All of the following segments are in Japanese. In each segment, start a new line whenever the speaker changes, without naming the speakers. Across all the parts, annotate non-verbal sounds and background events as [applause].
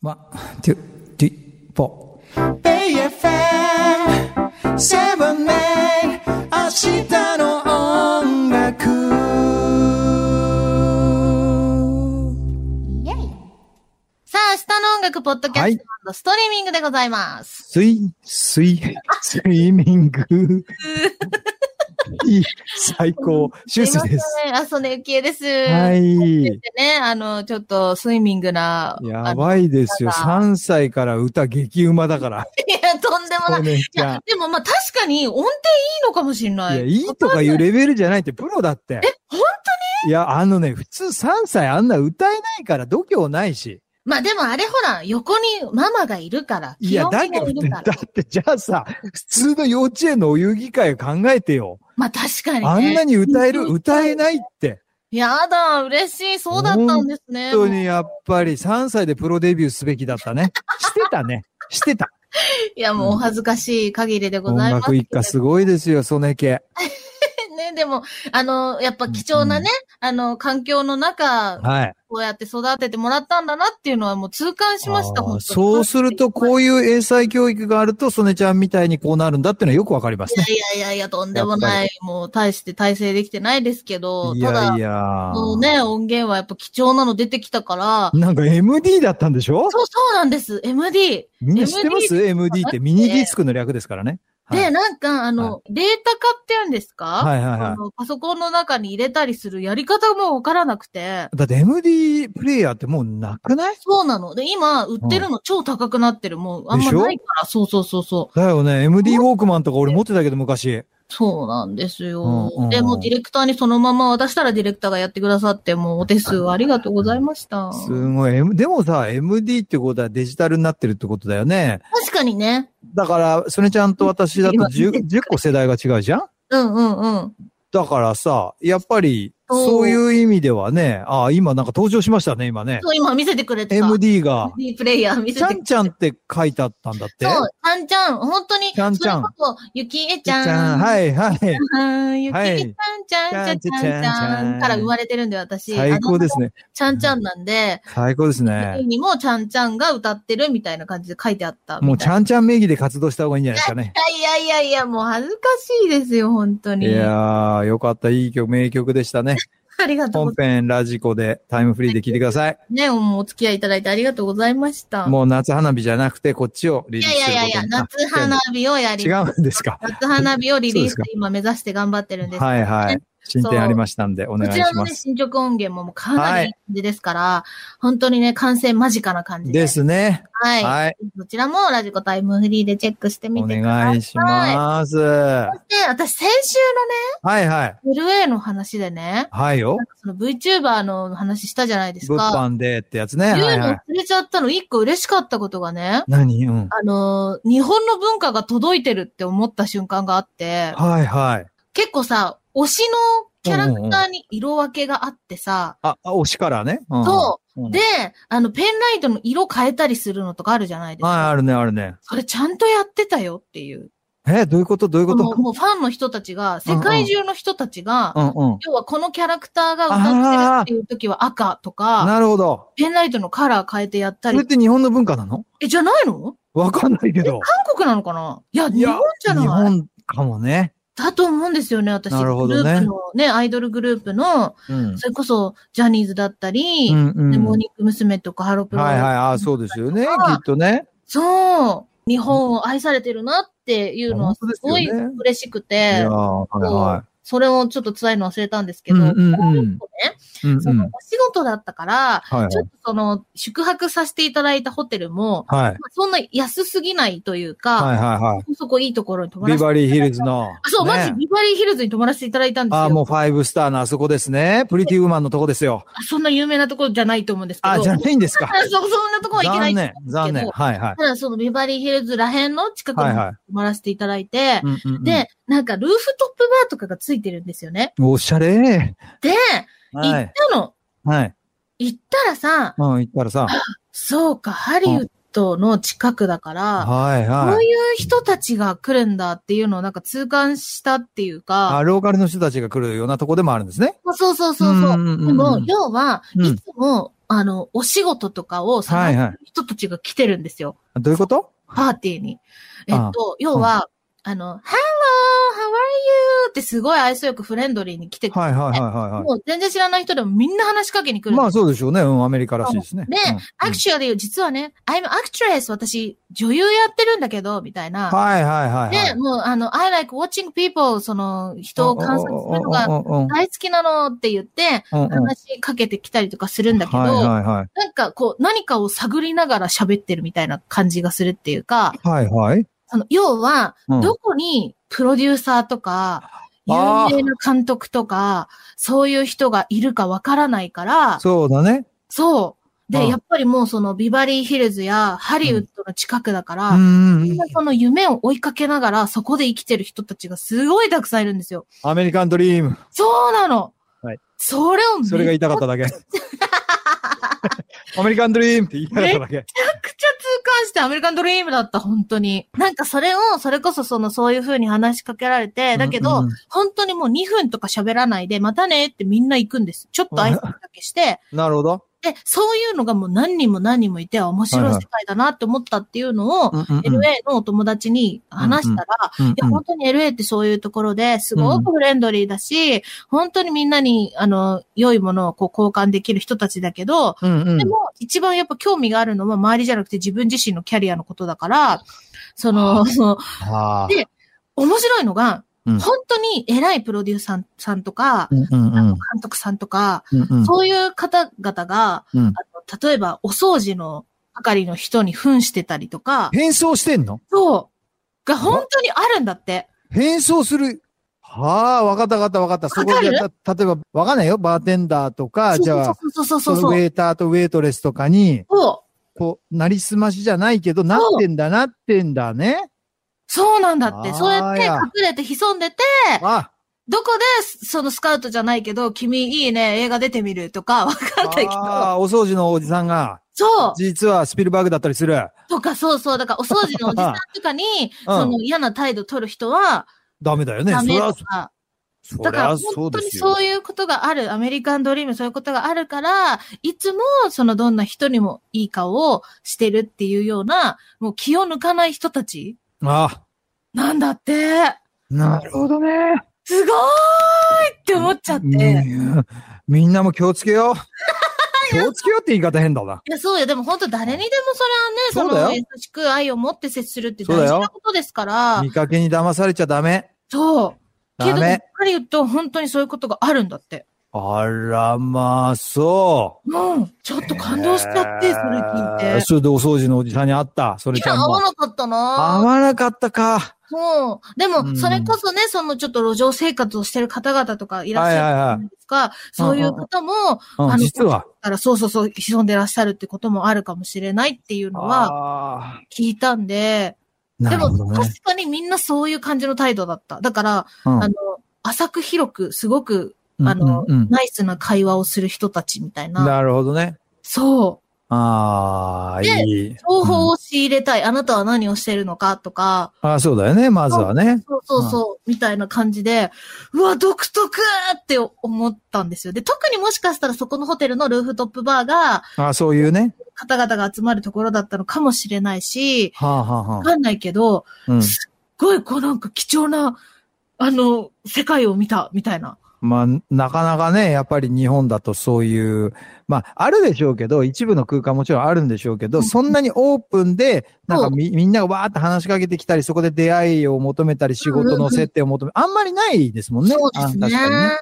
ワン、ツー、スリー、フォー。
AFM79 明日の音楽
イエイさあ、明日の音楽、ポッドキャストストリーミングでございます。
スイ、スイ、スイミング。いい、最高。シュース
すい
で。
ますせん。阿蘇根幸恵です。
は
で
い。
ね、あの、ちょっと、スイミングな。
やばいですよ。
あの
3歳から歌激うまだから。
いや、とんでもな
少
い。
年
い
ちゃん。
や、でもまあ確かに音程いいのかもしれないい。
や、いいとかいうレベルじゃないって、プロだって。え、当
本
にいや、あのね、普通3歳あんな歌えないから度胸ないし。
まあでもあれほら、横にママがいるから、
いや、だ
清美
け
が
ど、
いる
だ
から。
ってじゃあさ、普通の幼稚園のお遊戯会を考えてよ。
まあ確かにね。
あんなに歌える、
うん
歌えないって。
やだ、嬉しい。そうだったんですね。
本当にやっぱり3歳でプロデビューすべきだったね。してたね。してた。
いや、もうお恥ずかしい限りでご
音
ざいます。
楽一家すごいですよ、曽根家。
ね、でも、あの、やっぱ貴重なね、あの、環境の中、
はい。
こうやって育ててもらったんだなっていうのはもう痛感しました、
あー
本当に
そうすると、こういう英才教育があると、曽根ちゃんみたいにこうなるんだってのはよくわかりますね。
いやいやいや、とんでもない。もう、大して体制できてないですけど、
い
ただ
やい、や。
もうね、音源はやっぱ貴重なの出てきたから、
なんか MD だったんでしょ
そうそうなんです、MD。
みんな知ってます ?MD ってミニディスクの略ですからね。はい
で、なんか、あの、データ化って言うんですか、
はいはい
あ
は
のパソコンの中に入れたりするやり方もわからなくて、
い。だって MD プレイヤーってもうなくない
そうなの。で、今、売ってるの超高くなってる。もう、あんま
でしょ
ないから、そうそうそうそう。
だよね。MD ウォークマンとか俺持ってたけど昔。
そうなんですよ。
うんうん
で、もうディレクターにそのまま渡したらディレクターがやってくださって、もうお手数ありがとうございました。
すごい。M- でもさ、MD ってことはデジタルになってるってことだよね。
確かにね。
だから、それちゃんと私だと 10, 10個世代が違うじゃん
うんうんうん。
だからさ、やっぱり、
そう
そういう意味ではね、ああ、今なんか登場しましたね、今ね。
そう、今見せてくれてた。
MD が、
MD プレイヤー見
ち
せ
ゃ
て
んちゃんって書いてあったんだって。
そう、ちゃんちゃん、本当に。
ちゃんちゃん
それこそ、ゆきえち
ちゃ
ゃ
ん
ん。
ちゃん、はいはい。
うん。ゆき
はい
えちゃんちゃんちゃんちゃんち
ちゃんちゃんち
ゃ
ゃん
んから生まれてるんで、私。
最高です
ね。
ね。
ちゃんちゃんなんで、
最高です
家
ね。
にもちゃんちゃんが歌ってるみたいな感じで書いてあったみたい。
もうちゃんちゃん名義で活動した方がいいんじゃないですかね。
いやいやいやいや、もう恥ずかしいですよ、本当
い
に。
やー、よかった。いい曲、名曲でしたね。
ありがとうご
本
ざい
編ラジコでタイムフリーで聴いてください。
ます。ね、もうお付き合いいただいてありがとうございました。
もう夏花火じゃなくて、こっちをリ
い
リー
や
ス
い
す
や
る
い
こ
やいや、
とにな
夏花火をやり、
違うんですか。
夏花火をリリー
そ
ス
うですか
今目指して頑張ってるんですけど
はいはい。進展ありましたんで、お
こ
願い
ち
し
らの
ま
ね、
す。
進捗音源ももうかな
はい
りいい感じですから、本当にね、完成間近な感じで。
ですね。
はい。
はい。
どちらもラジコタイムフリーでチェックしてみ
お
てください。
願いします。は
で、私先週
いはい。
のね、LA の話でね、
はいよ
なん。かその VTuber の話したじゃないです
物
か。
販でってやつね。
言
は
う
い
の
は
忘
い。
れちゃったの、一個嬉しかったことがね、
何うん。
あのー、日本の文化が届いてるって思った瞬間があって、
はいはい。
結構さ、推しのキャラクターに色分けがあってさ、
あ、あ推しからね。うん
そ
うん。
で、あの、ペンライトの色変えたりするのとかあるじゃないですか。
はい、あるね、あるね。
それちゃんとやってたよっていう。
え、どういうことどういうこ
もう
と
もうファンの人たちが、
うんうん
世界中の人たちが、
うんうん。
要はこのキャラクターが歌ってるっていう時は赤とか、
なるほど。
ペンライトのカラー変えてやった
それ
り
っ。て日本の文化なの
え、じゃないの
わかんないけど。
韓国なのかないや、
い
日
や
本じゃ
日
ない
本かもね。
だと思うんですよね、私。
なるほどね
グループのね、アイドルグループの、
うん。
それこそ、ジャニーズだったり、
うんう
モー
ん。
ニング娘。とかハロプロ。
はいはい。あ、そうですよね。きっとね。
そう。日本を愛されてるなっていうのはす
本当
ご
です
い
よね
嬉しく
い
て
やー、は
それをちょっと伝えるの忘れたんです
い
けど、
はい。うんうんうん。
ちょっとね、
うん
そ
うん。
の
はい
お仕事だったから、
はい
ちょっとその、宿泊させていただいたホテルも、
はい。
まあそんな安すぎないというか、
はいはいは
そこいいところに泊ま
い。
ら
ビ
せて。
バリーヒルズの。
あそう、マジ
ね
ビバリーヒルズに泊まらせていただいたんですよ。
あ、もうファイブスターのあそこですね。プリティウーマンのとこですよ。
あそんな有名なところじゃないと思うんですけど。
あ、じゃないんですか。
あそそんなところはいけな
残
いんで
念
すけ、ど。
残念。はいはい。
ただそのビバリーヒルズらへんの近くに
はい
泊
は
まらせていただいて、
い。うんうんうん、
で、なんかルーフトップバーとかがついてるんですよね。
おしゃれ。
で、
は
行っ
い。
たの。
はい。
行ったらさ、
うん、行ったらさ。
そうか、ハリウッドの近くだから、
はい
こ
は
う
い。
いう人たちが来るんだっていうのをなんか痛感したっていうか、
あ、ローカルの人たちが来るようなとこでもあるんですね。
そうそうそうそう。
うんうんうんうん
でも、要は、
うん
いつもあの、お仕事とかを、そ
はい
の
はい。
人たちが来てるんですよ。
どういうこと
パーティーに。えっ
あ
と、要は、あの、Hello, how are you? ってすごい愛想よくフレンドリーに来てくる。
はいはいはいはいは
もう全然知らない人でもみんな話しかけに来
い。
る。
まあそうでしょうね。うん、アメリカらしいですね。
で
うんうん
actually, 実はね、I'm actress, 私、女優やってるんだけど、みたいな。
はいはいはいはい。
で、もう、あの、I like watching people, その、人を観察するのが
うんうんうん
大好きなのって言って、
うんうん
話しかけてきたりとかするんだけど、
はいはいはい。
なんかこう、何かを探りながら喋ってるみたいな感じがするっていうか、
はいはい。
その、要は、
うん
どこにプロデューサーとか、有
あー
名な監督とか、そういう人がいるかわからないから、
そうだね。
そう。で、
うん
やっぱりもうそのビバリーヒルズやハリウッドの近くだか
う
ら、
んうんう
みん
ん
な。その夢を追いかけながら、そこで生きてる人たちがすごいたくさんいるんですよ。
アメリカンドリーム。
そうなの。
はい
それをめ
それが言いたかっただけ。アメリカンドリームって言いたかっただけ。
めちゃくちゃ痛感してアメリカンドリームだった、本当に。なんかそれを、それこそその、そういう風に話しかけられて、だけ
う
ど、
んうん
本当にもう2分とか喋らないで、またねってみんな行くんです。ちょっと挨拶だけして、
なるほど。
で、そういうのがもう何人も何人もいて、あ面白い世界だなって思ったっていうのを、
うんうんうん
LA のお友達に話したら、
うん
いや、本当に LA ってそういうところですごくフレンドリーだし、本当にみんなに、あの、良いものをこう交換できる人たちだけど、
うんうん
でも、一番やっぱ興味があるのは周りじゃなくて自分自身のキャリアのことだから、その、その
はあ
で面白いのが、
うん
本当に偉いプロデューサーさんとか、
うんうんうん
監督さんとか、
うんうん
そういう方々が、
うん
あの例えばお掃除の係の人に扮してたりとか、
変装してんの
そう、が本当にあるんだって。
変装する。はあ、わかったわかったわかった。そこで、
わ
た例えば、わかんないよ。バーテンダーとか、じゃあ、
そうそう
そ
そう
の
そう
ウ
そう。
ェイターとウェイトレスとかに、
そう、
こう、なりすましじゃないけど、なってんだ、なってんだね。
そうなんだって。
あー
そうやって
や
隠れて潜んでて、
あ、
どこで、そのスカウトじゃないけど、君いいね、映画出てみるとか、 [laughs] わかんないけど。
あーお掃除のおじさんが、
そう
実はスピルバーグだったりする。
とか、そうそう。だから、お掃除のおじさんと
[laughs]
かに、その嫌な態度取る人は、
ダメだよね。
ダ
そ
メ
りゃ
と、か。
そ
だ
り
から、
ゃそ
本
う
当
で
に
すよ
そ。ういうことがある。アメリカンドリーム、そういうことがあるから、いつも、そのどんな人にもいい顔をしてるっていうような、もう気を抜かない人たち
あ、
なんだって。
なるほどね。
すごーいって思っちゃって。い
うんみんなも気をつけよう。気をつけようって言い方変だな。
や、そうよ。でも本当誰にでもそ
そ
れ
う
は
だ
ね、
よ
その、優しく愛を持って接するって
そう
大
だよ
事なことですから。
見かけに騙されちゃダメ。
そう。け
ダ
ど、
メ。
ハリウッドは本当にそういうことがあるんだって。
あら、まあ、そう。
うん。ちょっと感動しちゃって、それ聞いて。
えーそれでお掃除のおじさんに会った。それ
い
ちゃ
や、
ん
合わ
も。
なかった
合
な
わなかったか。
そう。で
う
も、
ん
それこそね、そのちょっと路上生活をしてる方々とかいらっしゃるじゃないですか。そういう方も、
うん、実は。
だからそうそうそう、潜んでらっしゃるってこともあるかもしれないっていうのは
あ
聞いたんで、
ーな
で
るほ
も、
どね。
確かにみんなそういう感じの態度だった。だから、
うん
あの、浅く広く、すごく、
うん
あの、
うんうん
ナイスな会話をする人たちみたいな。
なるほどね。
そう。
ああ、い
で
い。
情報
うん
を仕入れたい。あなたは何をしてるのかとか、
あーそうだよね。まずはね。
そうそうそう、みたいな感じで、うわ、独特って思ったんですよ。で、特にもしかしたらそこのホテルのルーフトップバーが、
あーそういうね。
方々が集まるところだったのかもしれないし、
はあ、はあ
わ
はあ、
かんないけど、
うん。
すごいこうなんか貴重な、あの、世界を見た、みたいな。
まあ、なかなかね、やっぱり日本だとそういう、まあ、あるでしょうけど、一部の空間もちろんあるんでしょうけど、そんなにオープンで、なんかみみんながわーって話しかけてきたり、そこで出会いを求めたり、仕事の接点を求め、あんまりないですもんね。
そうですね。
あ確かにね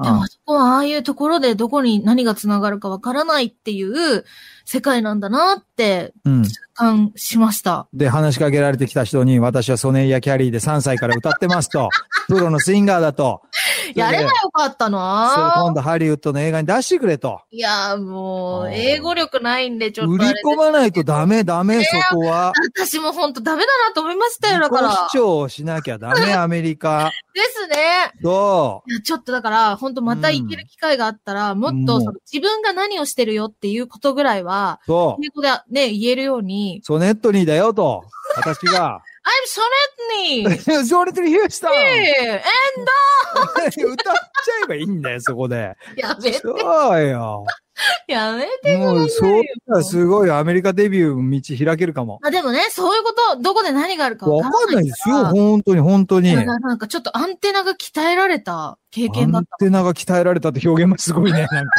でも、あそこはああいうところでどこに何が繋がるかわからないっていう世界なんだなって
うん。うん
感しました。
で、話しかけられてきた人に、私はソネイヤ・キャリーで3歳から歌ってますと、 [laughs] プロのスインガーだと、
やればよかった
それ
な
今度ハリウッドの映画に出してくれと。
いや、も
あ
う、
ー
英語力ないんで、ちょっ
売
と
り
あれです
込まないとダメ、ダメ、そこは。
私も本当ダメだなと思いましたよ、だか
自
ら
己。主張をしなきゃダ
[laughs]
メ、アメリカ。
ですね。
そ
いやちょっとだから、本当また行ける機会があったら、もっとそ
も
の自分が何をしてるよっていうことぐらいは
う、、そう、
英語でね、言えるよう
[laughs]
に、
ソネットニーだよと、私が。
I'm
ジ
Soletni!
ョレットニーヒュースタン
[laughs] え
歌っちゃえばいいんだよ、そこで。
やべ、
そうよ。
やめて。
もう、そうしたらすごいアメリカデビュー道開けるかも。
あ、でもね、そういうこと、どこで何があるかわ
わ
か
からんな
ないい
ですよ、本当に、本当に。
だか
ア
らなんかちょっとアンテナが鍛えられた経験だっ
ンテナが鍛えられたって表現もすごいね、なんか。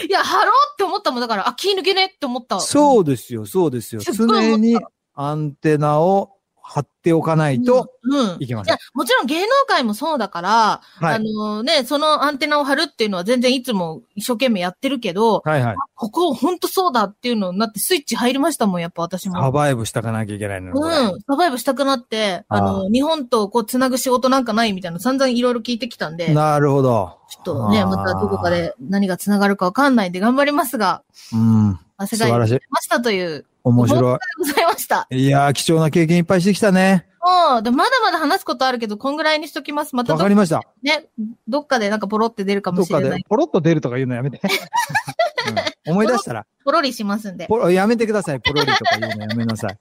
た。いや、ハローって思ったもんだから、あ、気抜けねって思った。
そうですよ、そうですよ。
すっごい思った
常にアンテナを張っておかないと
うん。
い
うん。い
けません
や。、もちろん芸能界もそうだから、
は
あ
い。
のね、そのアンテナを張るっていうのは全然いつも一生懸命やってるけど、
はいはい。
ここ本当そうだっていうのになってスイッチ入りましたもん、やっぱ
サ
私も。
バイブしたかなきゃいけないの
う
に。
ん。サバイブしたくなって、あ
あ
の、日本とこう繋ぐ仕事なんかないみたいな散々いろいろ聞いてきたんで、ちょ
なるほど。
っとね、
あー
またどこかで何が繋がるかわかんないんで頑張りますが、
うん。
まあ世
素
界
晴
に
らしい。
ましたという、
面白い。
ございました。
いやー、貴重な経験いっぱいしてきたね。
もう、でまだまだ話すことあるけど、こんぐらいにしときます。また
わ
ど
かりました。
ね、どっかでなんかポロって出るか
ど
も
っ
し
か
れな
で
い。
ポロッと出るとか言うのや
[laughs]
めて。うん思い出したら、
ポロリしますんで。
ポロ、やめてください。ポロリとか言うのやめなさい。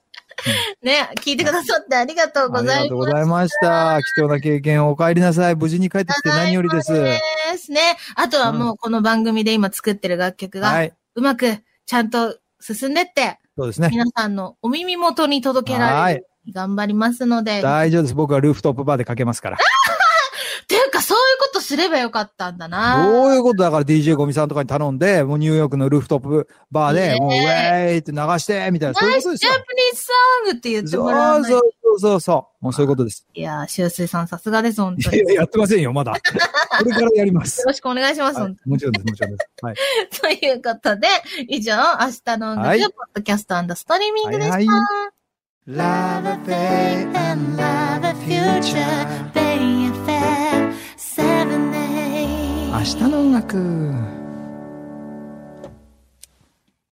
ね、聞いてくださってありがとう
あ
ご
り
ざ
が
い
とう
ま
ご
す。
ざいました。貴重な経験をお帰りなさい。無事に帰ってきて何よりです。
ですね。あとはもうこの番組で今作ってる楽曲
は
が、
い。
うまくちゃんと進んでって、
そうですね。
皆さんのお耳元に届けられるように頑張りますので。っ
大丈夫です。僕はルーフトップバーでかけますから。
ていうか、そういうことすればよかったんだな。
どういうことだから DJ ゴミさんとかに頼んで、もうニューヨークのルーフトップバー
ね
で、
え
もうウェーイって流して、みたいな、そういう
ナ
こと
イス
です
ジャ
よ
パ。ニーズソングって言って
そ
もらわ
う
ない
そ
と。
うそうそう。もうそういうことです。
いやー、修水さんさすがです、本
いや
当に。
い
よ
や、やってませんよ、まだ。これからやり
[laughs]
ます。
ろしくお願いします、
はい
本
もちろんです、もちろんです。はい。
当にということで、以上、明日の音楽
はい
はポッドキャストストリーミングでした。
はいは
Love a day and love a future. Bay FM 7A.
明日の音楽。